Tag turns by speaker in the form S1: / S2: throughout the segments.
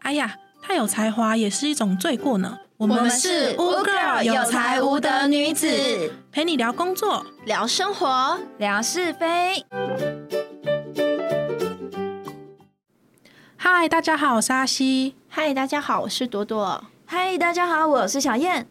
S1: 哎太有才华也是一种罪过呢。我
S2: 我们是 Wu Girl，有才无德女子，
S1: 陪你聊工作。
S2: 聊生活，
S3: 聊是非。
S1: 嗨，大家好，我是阿西。
S2: 嗨，大家好，我是朵朵。
S3: 嗨，大家好，我是小燕。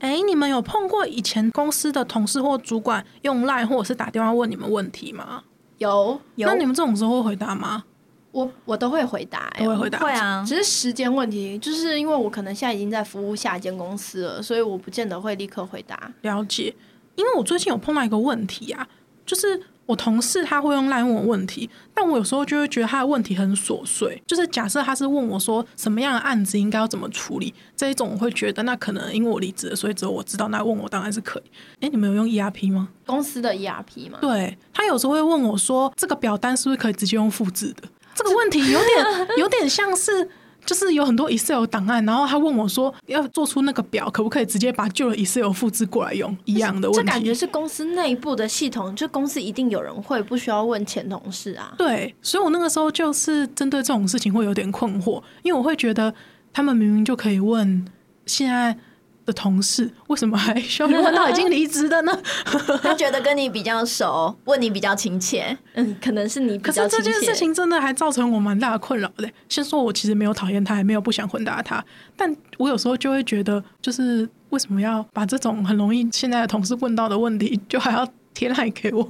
S1: 哎，你们有碰过以前公司的同事或主管用赖或者是打电话问你们问题吗？
S2: 有有
S1: 那，你们这种时候会回答吗？
S2: 我我都会回答、欸，
S1: 都会回答。
S3: 会啊，
S2: 只是时间问题，就是因为我可能现在已经在服务下一间公司了，所以我不见得会立刻回答。
S1: 了解，因为我最近有碰到一个问题啊，就是我同事他会用赖问我问题，但我有时候就会觉得他的问题很琐碎。就是假设他是问我说什么样的案子应该要怎么处理，这一种我会觉得那可能因为我离职了，所以只有我知道，那问我当然是可以。哎，你们有用 ERP 吗？
S2: 公司的 ERP 嘛，
S1: 对他有时候会问我说，这个表单是不是可以直接用复制的？这个问题有 点有点像是。就是有很多 Excel 档案，然后他问我说要做出那个表，可不可以直接把旧的 Excel 复制过来用一样的问题？
S2: 这感觉是公司内部的系统，就公司一定有人会，不需要问前同事啊。
S1: 对，所以我那个时候就是针对这种事情会有点困惑，因为我会觉得他们明明就可以问现在的同事，为什么还需要去问到已经离职的呢？
S3: 他觉得跟你比较熟，问你比较亲 切。
S2: 嗯，可能是你比
S1: 可
S2: 较
S1: 是
S2: 亲
S1: 这
S2: 切。
S1: 件事情真的还造成我蛮大的困扰的。先说我其实没有讨厌他，也没有不想回答他，但我有时候就会觉得，就是为什么要把这种很容易现在的同事问到的问题，就还要贴来给 我？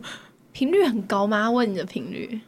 S2: 频率很高吗？问你的频率，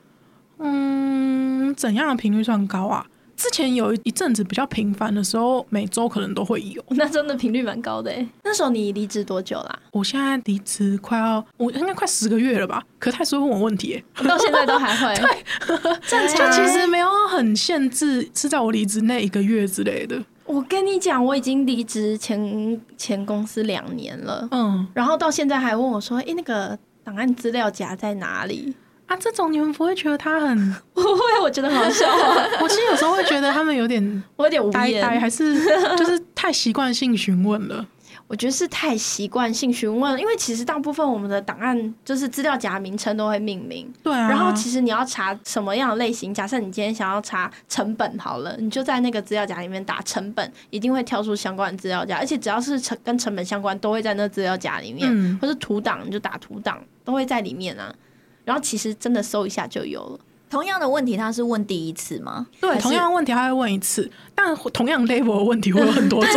S1: 嗯，怎样的频率算高啊？之前有一阵子比较频繁的时候，每周可能都会有。
S2: 那真的频率蛮高的欸诶。那时候你离职多久啦？
S1: 我现在离职快要，我应该快十个月了吧？可他还是会问我问题耶、
S2: 到现在都还会。 对，正
S1: 就
S2: 常。
S1: 其实没有很限制，是在我离职那一个月之类的。
S2: 我跟你讲，我已经离职前前公司两年了，
S1: 嗯，
S2: 然后到现在还问我说：“诶，那个档案资料夹在哪里
S1: 啊，这种你们不会觉得他很？”
S2: 不会，我觉得很好笑啊，
S1: 我其实有时候会觉得他们有 点
S2: 我有点无
S1: 呆呆，
S2: 言。
S1: 还是就是太习惯性询问了。
S2: 我觉得是太习惯性询问，因为其实大部分我们的档案就是资料夹名称都会命名，
S1: 对啊，
S2: 然后其实你要查什么样的类型，假设你今天想要查成本好了，你就在那个资料夹里面打成本，一定会跳出相关的资料夹，而且只要是成跟成本相关，都会在那资料夹里面，
S1: 嗯
S2: 或是图档你就打图档，都会在里面啊。然后其实真的搜一下就有了，
S3: 同样的问题，他是问第一次吗？
S1: 对
S3: 还是
S1: 同样的问题他会问一次，但同样 level 的问题会有很多 种。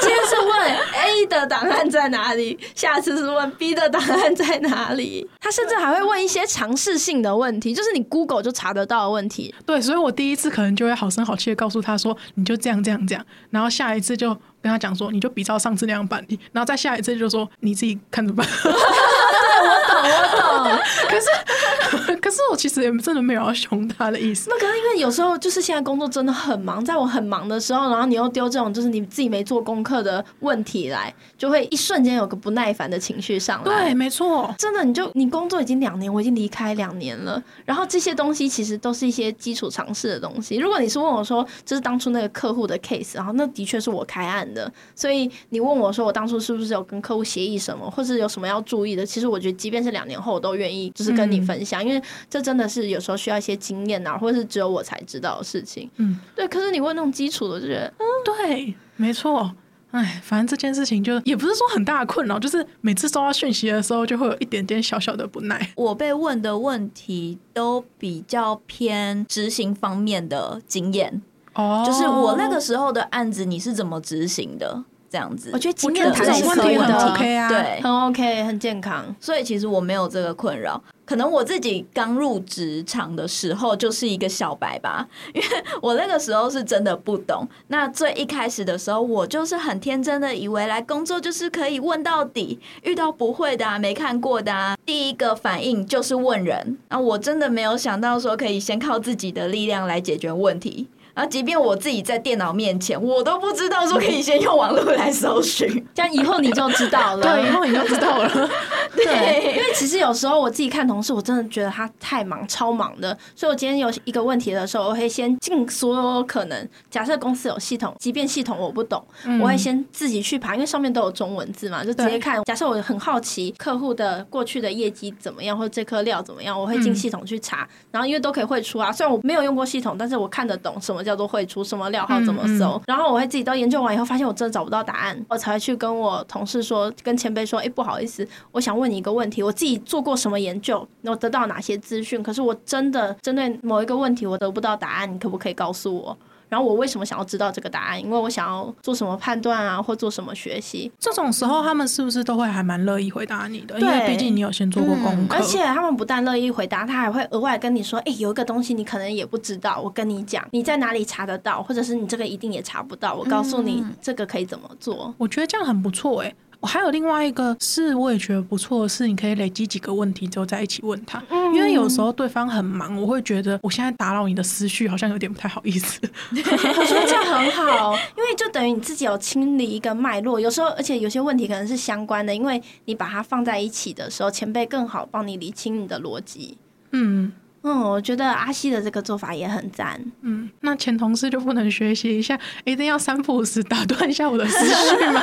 S2: 今天是问 A 的档案在哪里，下次是问 B 的档案在哪里，他甚至还会问一些尝试性的问题，就是你 Google 就查得到的问题，
S1: 对，所以我第一次可能就会好声好气的告诉他说，你就这样这样这样，然后下一次就跟他讲说，你就比照上次那样办理，然后再下一次就说你自己看着办。 对，我 懂，我懂。可是， 可是我其实也真的没有要凶他的意思。
S2: 那可是因为有时候就是现在工作真的很忙，在我很忙的时候，然后你又丢这种就是你自己没做功课的问题来，就会一瞬间有个不耐烦的情绪上来。
S1: 对，，没错，
S2: 真的你就你工作已经两年，我已经离开两年了，然后这些东西其实都是一些基础常识的东西。如果你是问我说，就是当初那个客户的 case，然后那的确是我开案的，所以你问我说我当初是不是有跟客户协议什么，或是有什么要注意的？其实我觉得，即便是两年后，我都愿意就是跟你分享，因为这真的是有时候需要一些经验啊，或是只有我才知道的事情。
S1: 嗯，
S2: 对。可是你问那种基础的，我就觉得
S1: 对，没错。哎，反正这件事情就也不是说很大的困扰，就是每次收到讯息的时候，就会有一点点小小的不耐。
S3: 我被问的问题都比较偏执行方面的经验，
S1: 哦
S3: 就是我那个时候的案子你是怎么执行的？这样子，
S2: 我觉得经
S3: 我觉
S2: 验
S3: 得
S2: 谈
S3: 这
S2: 是
S3: 种
S2: 可以
S3: 问题
S2: 的
S3: 很
S1: OK 啊
S3: 对，
S2: 很 OK，很健康。
S3: 所以其实我没有这个困扰。可能我自己刚入职场的时候就是一个小白吧， 因为我那个时候是真的不懂。那最一开始的时候，我就是很天真的以为来工作就是可以问到底，遇到不会的、啊、没看过的、啊，第一个反应就是问人。啊，我真的没有想到说可以先靠自己的力量来解决问题。然后，即便我自己在电脑面前，我都不知道说可以先用网络来搜寻。
S2: 这样以后你就知道了。
S1: 对，以后你就知道了。
S2: 对，因 为其实有时候我自己看同事，我真的觉得他太忙，超忙的。所以我今天有一个问题的时候，我会先尽所有可能。假设公司有系统，即便系统我不懂，我会先自己去爬，因为上面都有中文字嘛，就直接
S1: 嗯对
S2: 看。假设我很好奇客户的过去的业绩怎么样，或者这颗料怎么样，我会进
S1: 嗯
S2: 系统去查。然后因为都可以汇出啊，虽然我没有用过系统，但是我看得懂什么叫做汇出，什么料号怎么搜。
S1: 嗯
S2: 然后我会自己都研究完以后，发现我真的找不到答案，我才会去跟我同事说，跟前辈说，哎，不好意思，我想问你一个问题，我自己做过什么研究，我得到哪些资讯，可是我真的针对某一个问题，我得不到答案，你可不可以告诉我？然后我为什么想要知道这个答案？因为我想要做什么判断啊，或做什么学习。
S1: 这种时候他们是不是都会还蛮乐意回答你的？
S2: 对
S1: 因为毕竟你有先做过功
S3: 嗯
S1: 课，
S2: 而且他们不但乐意回答，他还会额外跟你说：“哎、有一个东西你可能也不知道，我跟你讲，你在哪里查得到，或者是你这个一定也查不到，我告诉你
S3: 嗯
S2: 这个可以怎么做。
S1: 我觉得这样很不错哎、我还有另外一个是，我也觉得不错的是，你可以累积几个问题之后再一起问他，
S2: 嗯
S1: 因为有时候对方很忙，我会觉得我现在打扰你的思绪，好像有点不太好意思。
S2: 我觉得这样很好，因为就等于你自己有清理一个脉络。有时候，而且有些问题可能是相关的，因为你把它放在一起的时候，前辈更好帮你理清你的逻辑。
S1: 嗯
S2: 嗯，我觉得阿西的这个做法也很赞。
S1: 嗯，那前同事就不能学习一下，一定要三不五时打断一下我的思绪吗？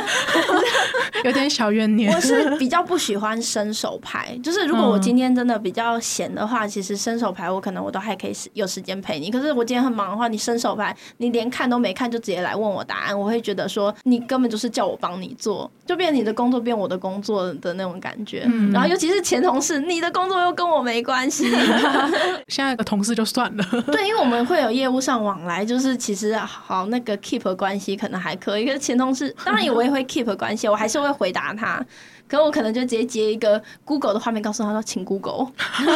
S1: 有点小怨念
S2: 我。是比较不喜欢伸手牌，就是如果我今天真的比较闲的话，其实伸手牌我可能我都还可以有时间陪你。可是我今天很忙的话，你伸手牌，你连看都没看就直接来问我答案，我会觉得说你根本就是叫我帮你做，就变你的工作变我的工作的那种感觉。
S1: 嗯
S2: 然后尤其是前同事，你的工作又跟我没关系，
S1: 现在的同事就算了，
S2: 对，因为我们会有业务上往来，就是其实好那个 keep 关系可能还可以，可是前同事当然也我也会 keep 关系，我还是会回答他，可我可能就直接截一个 Google 的画面告诉他说请 Google，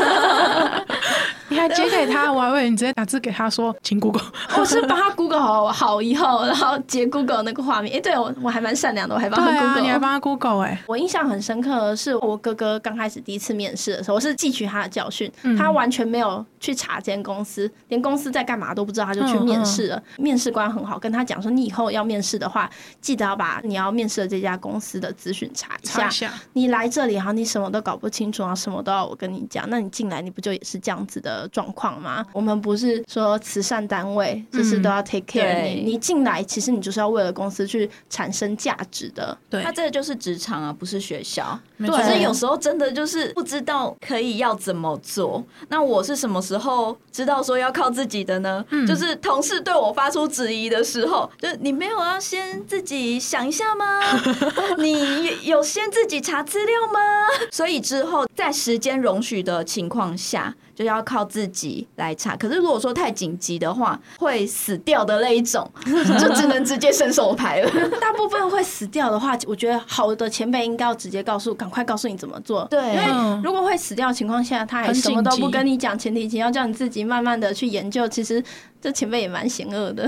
S1: 你还截给他，我还以为你直接打字给他说，请 Google。
S2: 我是帮他 Google 好好以后，然后截 Google 那个画面，哎、对我我还蛮善良的，我还帮他
S1: 对啊，你
S2: Google。
S1: 还帮他 Google 哎、
S2: 我印象很深刻的是，我哥哥刚开始第一次面试的时候，我是汲取他的教训，
S1: 嗯
S2: 他完全没有去查这间公司，连公司在干嘛都不知道，他就去
S1: 嗯
S2: 面试了。面试官很好，跟他讲说，你以后要面试的话，记得要把你要面试的这家公司的资讯查一
S1: 查
S2: 下
S1: 一。下，
S2: 你来这里，然后你什么都搞不清楚，然后啊什么都要我跟你讲，那你进来你不就也是这样子的状况吗？我们不是说慈善单位
S1: 嗯
S2: 就是都要 take care
S3: 对
S2: 你，你进来其实你就是要为了公司去产生价值的。
S1: 对
S3: 他，这个就是职场啊，不是学校。
S1: 没
S2: 对
S1: 错
S3: 可是有时候真的就是不知道可以要怎么做。那我是什么时候知道说要靠自己的呢？
S1: 嗯
S3: 就是同事对我发出质疑的时候，就是你没有要先自己想一 下吗？你有先自己查资料吗？所以之后在时间容许的情况下，就要靠自己来查。可是如果说太紧急的话，会死掉的那一种，就只能直接伸手牌了。
S2: 大部分会死掉的话，我觉得好的前辈应该要直接告诉，赶快告诉你怎么做。
S3: 对
S2: 因为
S1: 嗯
S2: 如果会死掉的情况下，他还
S1: 很
S2: 什么都
S1: 紧急
S2: 不跟你讲，前提前要叫你自己慢慢的去研究。其实这前辈也蛮险恶的，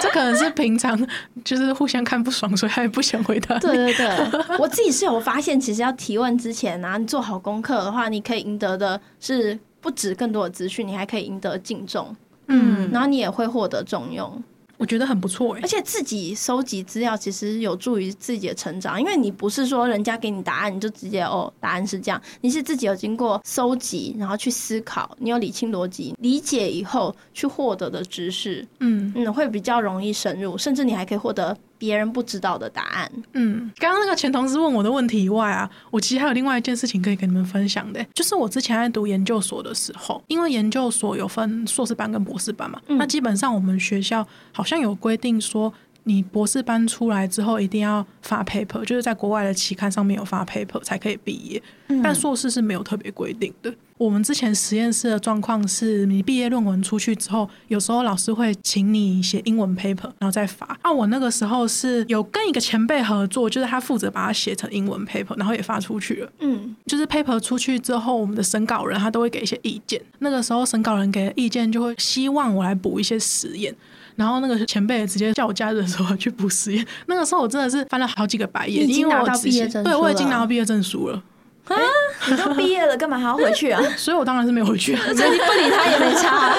S1: 这可能是平常就是互相看不爽，所以还不想回答你。
S2: 对对对，我自己是有发现，其实要提问之前啊，你做好功课的话，你可以赢得的是不止更多的资讯，你还可以赢得敬重，
S1: 嗯，
S2: 然后你也会获得重用。
S1: 我觉得很不错哎、
S2: 而且自己收集资料其实有助于自己的成长，因为你不是说人家给你答案你就直接哦答案是这样，你是自己有经过收集，然后去思考，你有理清逻辑，理解以后去获得的知识，
S1: 嗯
S2: 嗯，会比较容易深入，甚至你还可以获得别人不知道的答案。
S1: 嗯，刚刚那个前同事问我的问题以外啊，我其实还有另外一件事情可以跟你们分享的欸、就是我之前在读研究所的时候，因为研究所有分硕士班跟博士班嘛，
S2: 嗯
S1: 那基本上我们学校好像有规定说。你博士班出来之后，一定要发 paper，就是在国外的期刊上面有发 paper 才可以毕业。
S2: 嗯
S1: 但硕士是没有特别规定的。我们之前实验室的状况是，你毕业论文出去之后，有时候老师会请你写英文 paper，然后再发。啊，我那个时候是有跟一个前辈合作，就是他负责把它写成英文 paper，然后也发出去了。
S2: 嗯，
S1: 就是 paper 出去之后，我们的审稿人他都会给一些意见。那个时候审稿人给的意见就会希望我来补一些实验，然后那个前辈也直接叫我假日的时候去补实验。那个时候我真的是翻了好几个白眼，
S2: 你已经
S1: 因为我
S2: 拿到
S1: 仔
S2: 毕业
S1: 细
S2: 证
S1: 对
S2: 书
S1: 我已经
S2: 了
S1: 拿到毕业证书了，
S3: 你都毕业了，干嘛还要回去啊？
S1: 所以我当然是没有回去。啊
S3: 所以你不理他也没 差、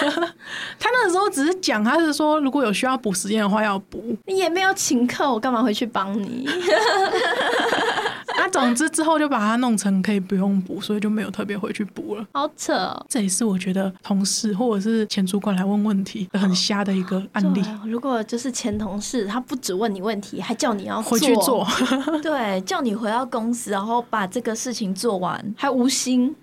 S1: 他那个时候只是讲，他是说如果有需要补时间的话要补。
S2: 你也没有请客，我干嘛回去帮你？
S1: 那、总之之后就把它弄成可以不用补，所以就没有特别回去补了。
S2: 好扯哦。
S1: 这也是我觉得同事或者是前主管来问问题很瞎的一个案例。
S2: 对啊如果就是前同事，他不只问你问题，还叫你要
S1: 回去做，
S3: 对，叫你回到公司，然后把这个事情做完。
S2: 还无心。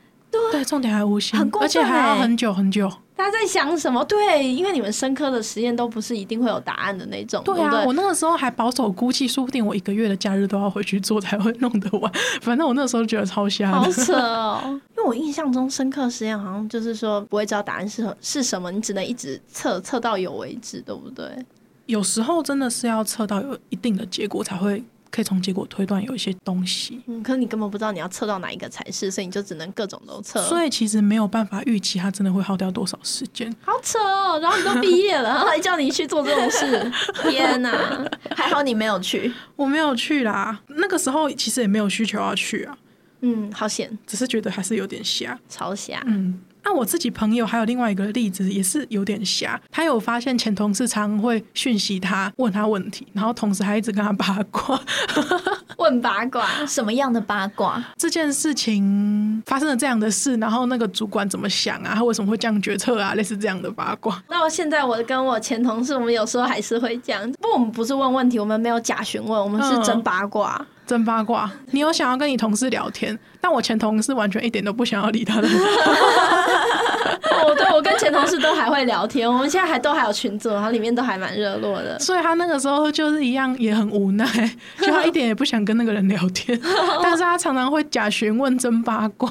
S1: 对，重点还无心
S3: 很，过分
S1: 而且还要
S3: 欸
S1: 很久很久。
S2: 大家在想什么？对，因为你们深科的实验都不是一定会有答案的那种，对
S1: 对啊，
S2: 不
S1: 我
S2: 对？
S1: 那个时候还保守估计，说不定我一个月的假日都要回去做才会弄得完。 反正我那时候觉得超瞎
S2: 好
S1: 的，
S2: 扯哦！因为我印象中深刻实验好像就是说不会知道答案是是什么，你只能一直测测到有为止，对不对？
S1: 有时候真的是要测到有一定的结果才会可以从结果推断有一些东西。
S2: 嗯，可是你根本不知道你要测到哪一个才是，所以你就只能各种都测。
S1: 所以其实没有办法预期它真的会耗掉多少时间。
S2: 好扯哦！然后你都毕业了，然后还叫你去做这种 事，天哪、
S3: 还好你没有去，
S1: 我没有去啦，那个时候其实也没有需求要去啊，
S2: 嗯，好险，
S1: 只是觉得还是有点瞎。
S2: 超瞎。
S1: 嗯，那、我自己朋友还有另外一个例子也是有点瞎，他有发现前同事常会讯息他，问他问题，然后同时还一直跟他八卦。
S2: 问八卦，
S3: 什么样的八卦？
S1: 这件事情发生了这样的事，然后那个主管怎么想啊？他为什么会这样决策啊？类似这样的八卦。
S2: 到现在我跟我前同事，我们有时候还是会讲，不，我们不是问问题，我们没有假询问，我们
S1: 嗯
S2: 是真八卦。
S1: 真八卦，你有想要跟你同事聊天，但我前同事完全一点都不想要理他的。
S2: 我哦对我跟前同事都还会聊天，我们现在还都还有群组，然后里面都还蛮热络的。
S1: 所以他那个时候就是一样也很无 奈，就他一点也不想跟那个人聊天，但是他常常会假询问真八卦，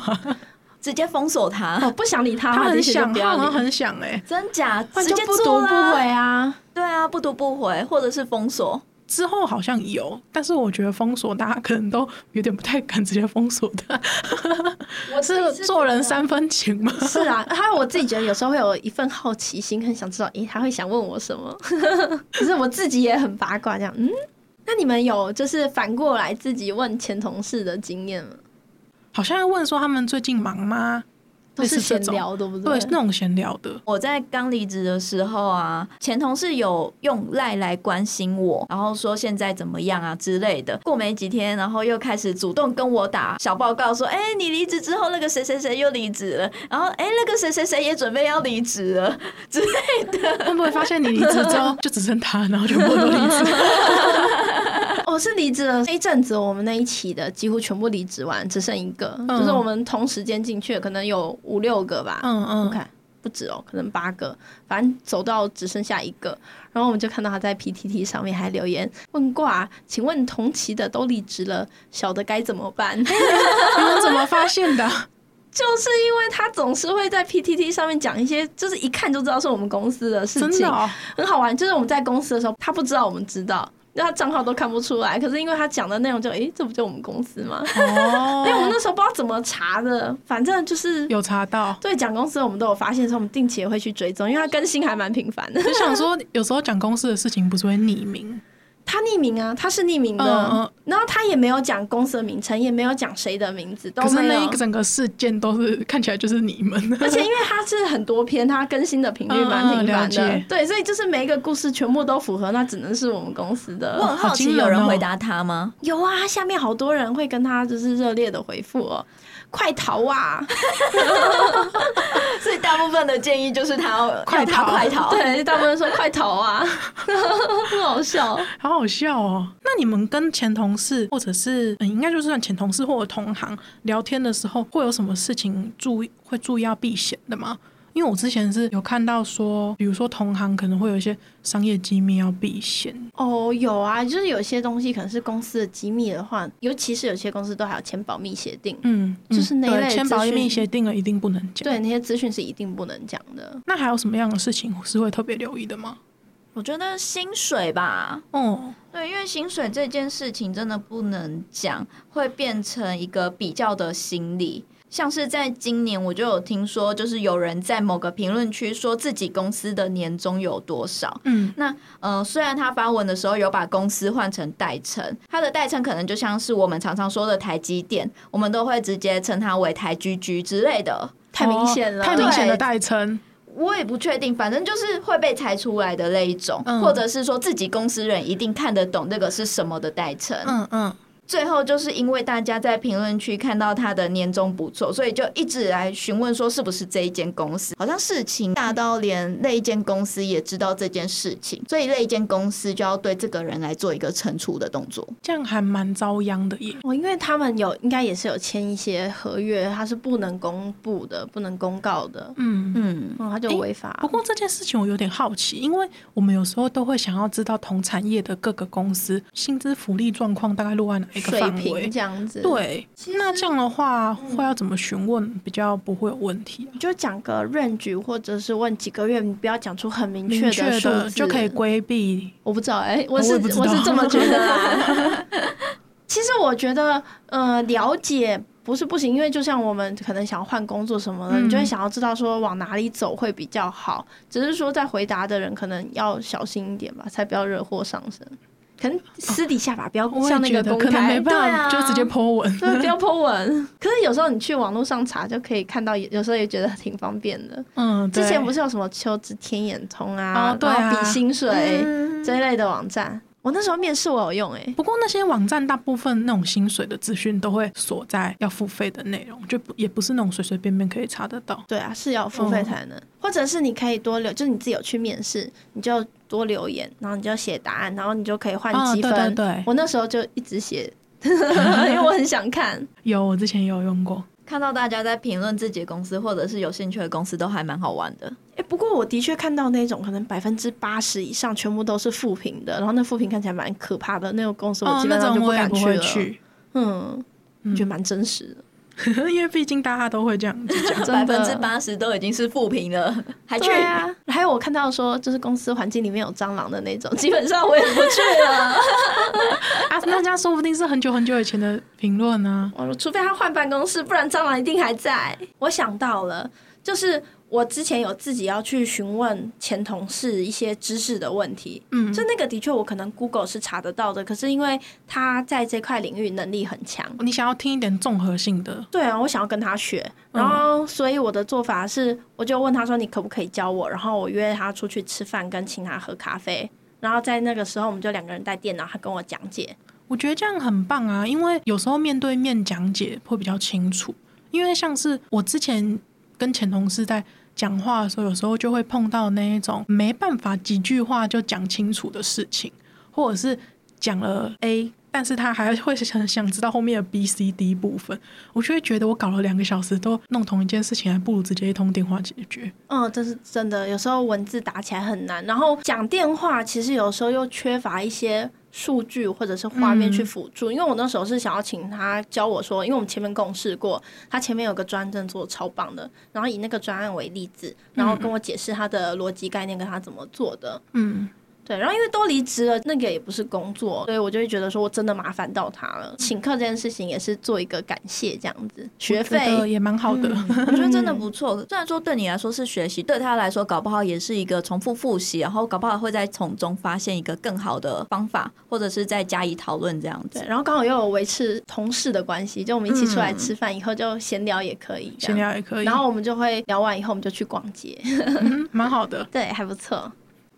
S3: 直接封锁
S2: 我
S3: 他？
S2: 哦不想理他，
S1: 他很
S2: 啊这些就
S1: 想，
S2: 不
S1: 他
S2: 要
S1: 好像
S2: 理，
S1: 很想哎、
S3: 真假？
S2: 不然
S3: 直
S2: 就
S3: 接
S2: 不
S3: 做
S2: 读不
S3: 啦
S2: 回。啊。
S3: 对啊，不读不回，或者是封锁。
S1: 之后好像有，但是我觉得封锁大家可能都有点不太敢直接封锁他，
S2: 我
S1: 是做人三分情嘛。
S2: 是啊，还有我自己觉得有时候会有一份好奇心，很想知道，诶、他会想问我什么？ 可是我自己也很八卦，这样，嗯。那你们有就是反过来自己问前同事的经验吗？
S1: 好像要问说他们最近忙吗？
S2: 都是
S1: 类似这
S2: 闲
S1: 种
S2: 聊，对不
S1: 对，那种闲聊的。
S3: 我在刚离职的时候啊，前同事有用赖来关心我，然后说现在怎么样啊之类的。过没几天，然后又开始主动跟我打小报告，说：“哎、你离职之后，那个谁谁谁又离职了，然后哎、那个谁谁谁也准备要离职了。
S1: 会不会发现你离职之 后就只剩他，然后全部都离职？
S2: 我哦是离职了那一阵子，我们那一期的几乎全部离职完，只剩一个，
S1: 嗯
S2: 就是我们同时间进去，可能有五六个吧，
S1: 嗯
S2: 我
S1: 嗯，
S2: 看不止哦，可能八个，反正走到只剩下一个，然后我们就看到他在 PTT 上面还留言问卦，请问同期的都离职了，小的该怎么办？
S1: 你们怎么发现的？啊
S2: 就是因为他总是会在 PTT 上面讲一些，就是一看就知道是我们公司的事
S1: 真
S2: 情
S1: 的、，哦，
S2: 很好玩，就是我们在公司的时候，他不知道我们知道，那他账号都看不出来。可是因为他讲的内容就，诶，这不就我们公司吗？因为我们
S1: 哦，
S2: 那时候不知道怎么查的，反正就 是
S1: 有查到。
S2: 对讲公司，我们都有发现，所以我们定期也会去追踪，因为他更新还蛮频繁的。
S1: 就想说，有时候讲公司的事情不是会匿名，
S2: 他匿名啊，他是匿名的，
S1: 嗯嗯
S2: 然后他也没有讲公司的名称，也没有讲谁的名字，都
S1: 可是
S2: 没有
S1: 那。一整个事件都是看起来就是你们，
S2: 而且因为它是很多篇，它更新的频率
S1: 嗯嗯
S2: 蛮频繁的，
S1: 了解
S2: 对，所以就是每一个故事全部都符合，那只能是我们公司的。
S3: 我很好
S1: 好
S3: 奇，
S1: 惊人哦
S3: 有人回答他吗？
S2: 有啊，他下面好多人会跟他就是热烈的回复哦，快逃啊！
S3: 所以大部分的建议就是他要
S1: 快逃
S3: 要他快 逃。
S2: 对，大部分说快逃啊，很好笑。
S1: 好好笑哦。那你们跟前同事或者是嗯，应该就是算前同事或者同行聊天的时候，会有什么事情注意会注意要避嫌的吗？因为我之前是有看到说，比如说同行可能会有一些商业机密要避嫌，
S2: 哦，有啊，就是有些东西可能是公司的机密的话，尤其是有些公司都还有签保密协定，
S1: 嗯，嗯
S2: 就是那一类
S1: 对，
S2: 的
S1: 签保
S2: 资讯
S1: 密协定了，一定不能讲。
S2: 对，那些资讯是一定不能讲的。
S1: 那还有什么样的事情是会特别留意的吗？
S3: 我觉得薪水吧，
S1: 哦，
S3: 对，因为薪水这件事情真的不能讲，会变成一个比较的心理。像是在今年，我就有听说，就是有人在某个评论区说自己公司的年终有多少。
S1: 嗯，
S3: 那呃，虽然他发文的时候有把公司换成代称，他的代称可能就像是我们常常说的台积电，我们都会直接称它为台居居之类的。
S2: 太明显了，
S1: 哦太明显的
S3: 对
S1: 代称，
S3: 我也不确定，反正就是会被猜出来的那一种，
S1: 嗯
S3: 或者是说自己公司人一定看得懂这个是什么的代称。
S1: 嗯嗯，
S3: 最后就是因为大家在评论区看到他的年终不错，所以就一直来询问说是不是这一间公司。好像事情大到连那一间公司也知道这件事情，所以那一间公司就要对这个人来做一个惩处的动作。
S1: 这样还蛮遭殃的耶。
S2: 哦，因为他们有应该也是有签一些合约，它是不能公布的、不能公告的，
S1: 嗯，
S3: 嗯，
S2: 嗯，他就
S1: 诶
S2: 违法。
S1: 不过这件事情我有点好奇，因为我们有时候都会想要知道同产业的各个公司薪资福利状况大概落在哪一个
S2: 水
S1: 范
S2: 平嗯
S1: 围。
S2: 这样子，，
S1: 对，那这样的话会要怎么询问比较不会有问题啊？
S2: 你就讲个 range，或者是问几个月，你不要讲出很明
S1: 明
S2: 的
S1: 确
S2: 数
S1: 的
S2: 字，
S1: 就可以。规避。
S2: 我不知道，哎、我
S1: 我
S2: 是
S1: 也不知道
S2: 是这么觉得啦。 其实我觉得，呃，了解不是不行，因为就像我们可能想要换工作什么的，
S1: 嗯
S2: 你就会想要知道说往哪里走会比较好。只是说在回答的人可能要小心一点吧，才不要惹祸上身。可能私底下吧，不要
S1: 哦我也
S2: 像那
S1: 觉
S2: 个
S1: 得
S2: 公
S1: 可能
S2: 开，
S1: 没
S2: 对
S1: 办
S2: 啊，
S1: 法，就直接 Po 文。
S2: 对，不要 po 文。可是有时候你去网络上查就可以看到，有时候也觉得挺方便的。
S1: 嗯，
S2: 之前不
S1: 是
S2: 是有什么求职天眼通啊，
S1: 哦对啊
S2: 然后比薪水、
S3: 嗯
S2: 这一类的网站，我那时候面试我有用哎、
S1: 不过那些网站大部分那种薪水的资讯都会锁在要付费的内容，就不也不是那种随随便便可以查得到。
S2: 对啊，是要付费才
S1: 哦
S2: 能，或者是你可以多留，就是你自己有去面试，你就多留言，然后你就写答案，然后你就可以换积分。
S1: 啊对对对，嗯
S2: 我那时候就一 直写， 因为我很想看。
S1: 有我之前也有用过。
S3: 看到大家在评论自己的公司或者是有兴趣的公司，都还蛮好玩的。
S2: 哎、不过我的确看到那种可能百分之八十以上全部都是负评的，然后那负评看起来蛮可怕的，那种公司我
S1: 哦
S2: 基，本
S1: 那
S2: 上就
S1: 种我也
S2: 敢
S1: 不
S2: 去
S1: 会
S2: 了。
S1: 去，
S2: 嗯，
S1: 嗯
S2: 觉得蛮真实 的。
S1: 因为毕竟大家都会这样子讲。
S3: 百
S2: 真
S3: 分
S2: 的
S3: 之八十都已经是负评了，还去？
S2: 对 啊， 还有我看到说，就是公司环境里面有蟑螂的那 种，基本上我也不去 了。
S1: 啊，那家说不定是很久很久以前的评论啊。
S2: 我说除非他换办公室，不然蟑螂一定还在。我想到了，就是我之前有自己要去询问前同事一些知识的问题，
S1: 嗯，
S2: 就那个的确我可能 Google 是查得到的，可是因为他在这块领域能力很强，
S1: 你想要听一点综合性的，
S2: 对啊，我想要跟他学，然后所以我的做法是，我就问他说你可不可以教我，然后我约他出去吃饭，跟请他喝咖啡，然后在那个时候我们就两个人带电脑，他跟我讲解。
S1: 我觉得这样很棒啊，因为有时候面对面讲解会比较清楚。因为像是我之前跟前同事在讲话的时候，有时候就会碰到那一种没办法几句话就讲清楚的事情，或者是讲了 A，但是他还会想想知道后面的 B、C、D 部分，我就会觉得我搞了两个小时都弄同一件事情，还不如直接一通电话解决。
S2: 嗯，这是真的，有时候文字打起来很难，然后讲电话其实有时候又缺乏一些。数据或者是画面去
S1: 嗯
S2: 辅助，因为我那时候是想要请他教我说，因为我们前面共事过，他前面有个专案真的做得超棒的，然后以那个专案为例子，然后跟我解释他的逻辑概念跟他怎么做的，
S1: 嗯，
S2: 对，然后因为都离职了，那个也不是工作，所以我就会觉得说我真的麻烦到他了。请客这件事情也是做一个感谢，这样子学
S1: 我觉得
S2: 费。
S1: 也蛮好的。
S2: 嗯
S3: 我觉得真的不错。虽然说对你来说是学习，对他来说搞不好也是一个重复复习，然后搞不好会在从中发现一个更好的方法，或者是再加以讨论这样子
S2: 对，。然后刚好又有维持同事的关系，就我们一起出来
S3: 嗯
S2: 吃饭，以后就闲聊也可以，
S1: 闲。聊也可以，
S2: 然后我们就会聊完以后，我们就去逛街，
S1: 嗯蛮好的。
S2: 对，还不错。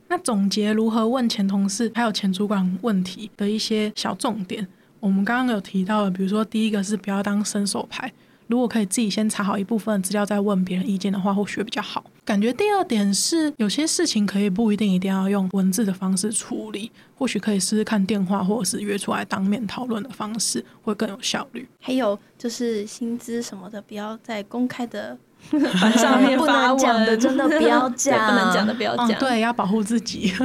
S1: 那总结如何问前同事还有前主管问题的一些小重点，我们刚刚有提到的，比如说第一个是不要当伸手牌，如果可以自己先查好一部分的资料再问别人意见的话，或许会比较好。感觉第二点是有些事情可以不一定一定要用文字的方式处理，或许可以试试看电话或者是约出来当面讨论的方式会更有效率。
S2: 还有就是薪资什么的，不要在公开的板上面
S3: 不
S2: 发
S3: 能
S2: 文哦
S3: 讲的真的不要
S2: 对
S3: 讲
S2: 不能讲的不要
S1: 嗯，
S2: 讲。
S1: 对，要保护自己。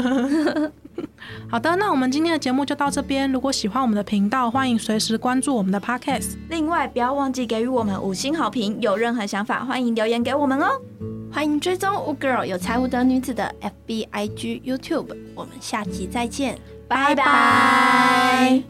S1: 好的，那我们今天的节目就到这边。如果喜欢我们的频道，欢迎随时关注我们的 Podcast。
S3: 另外，不要忘记给予我们五星好评。有任何想法，欢迎留言给我们哦。
S2: 欢迎追踪 w Girl 有才无德女子的 FB、IG、YouTube，我们下集再见，
S3: 拜拜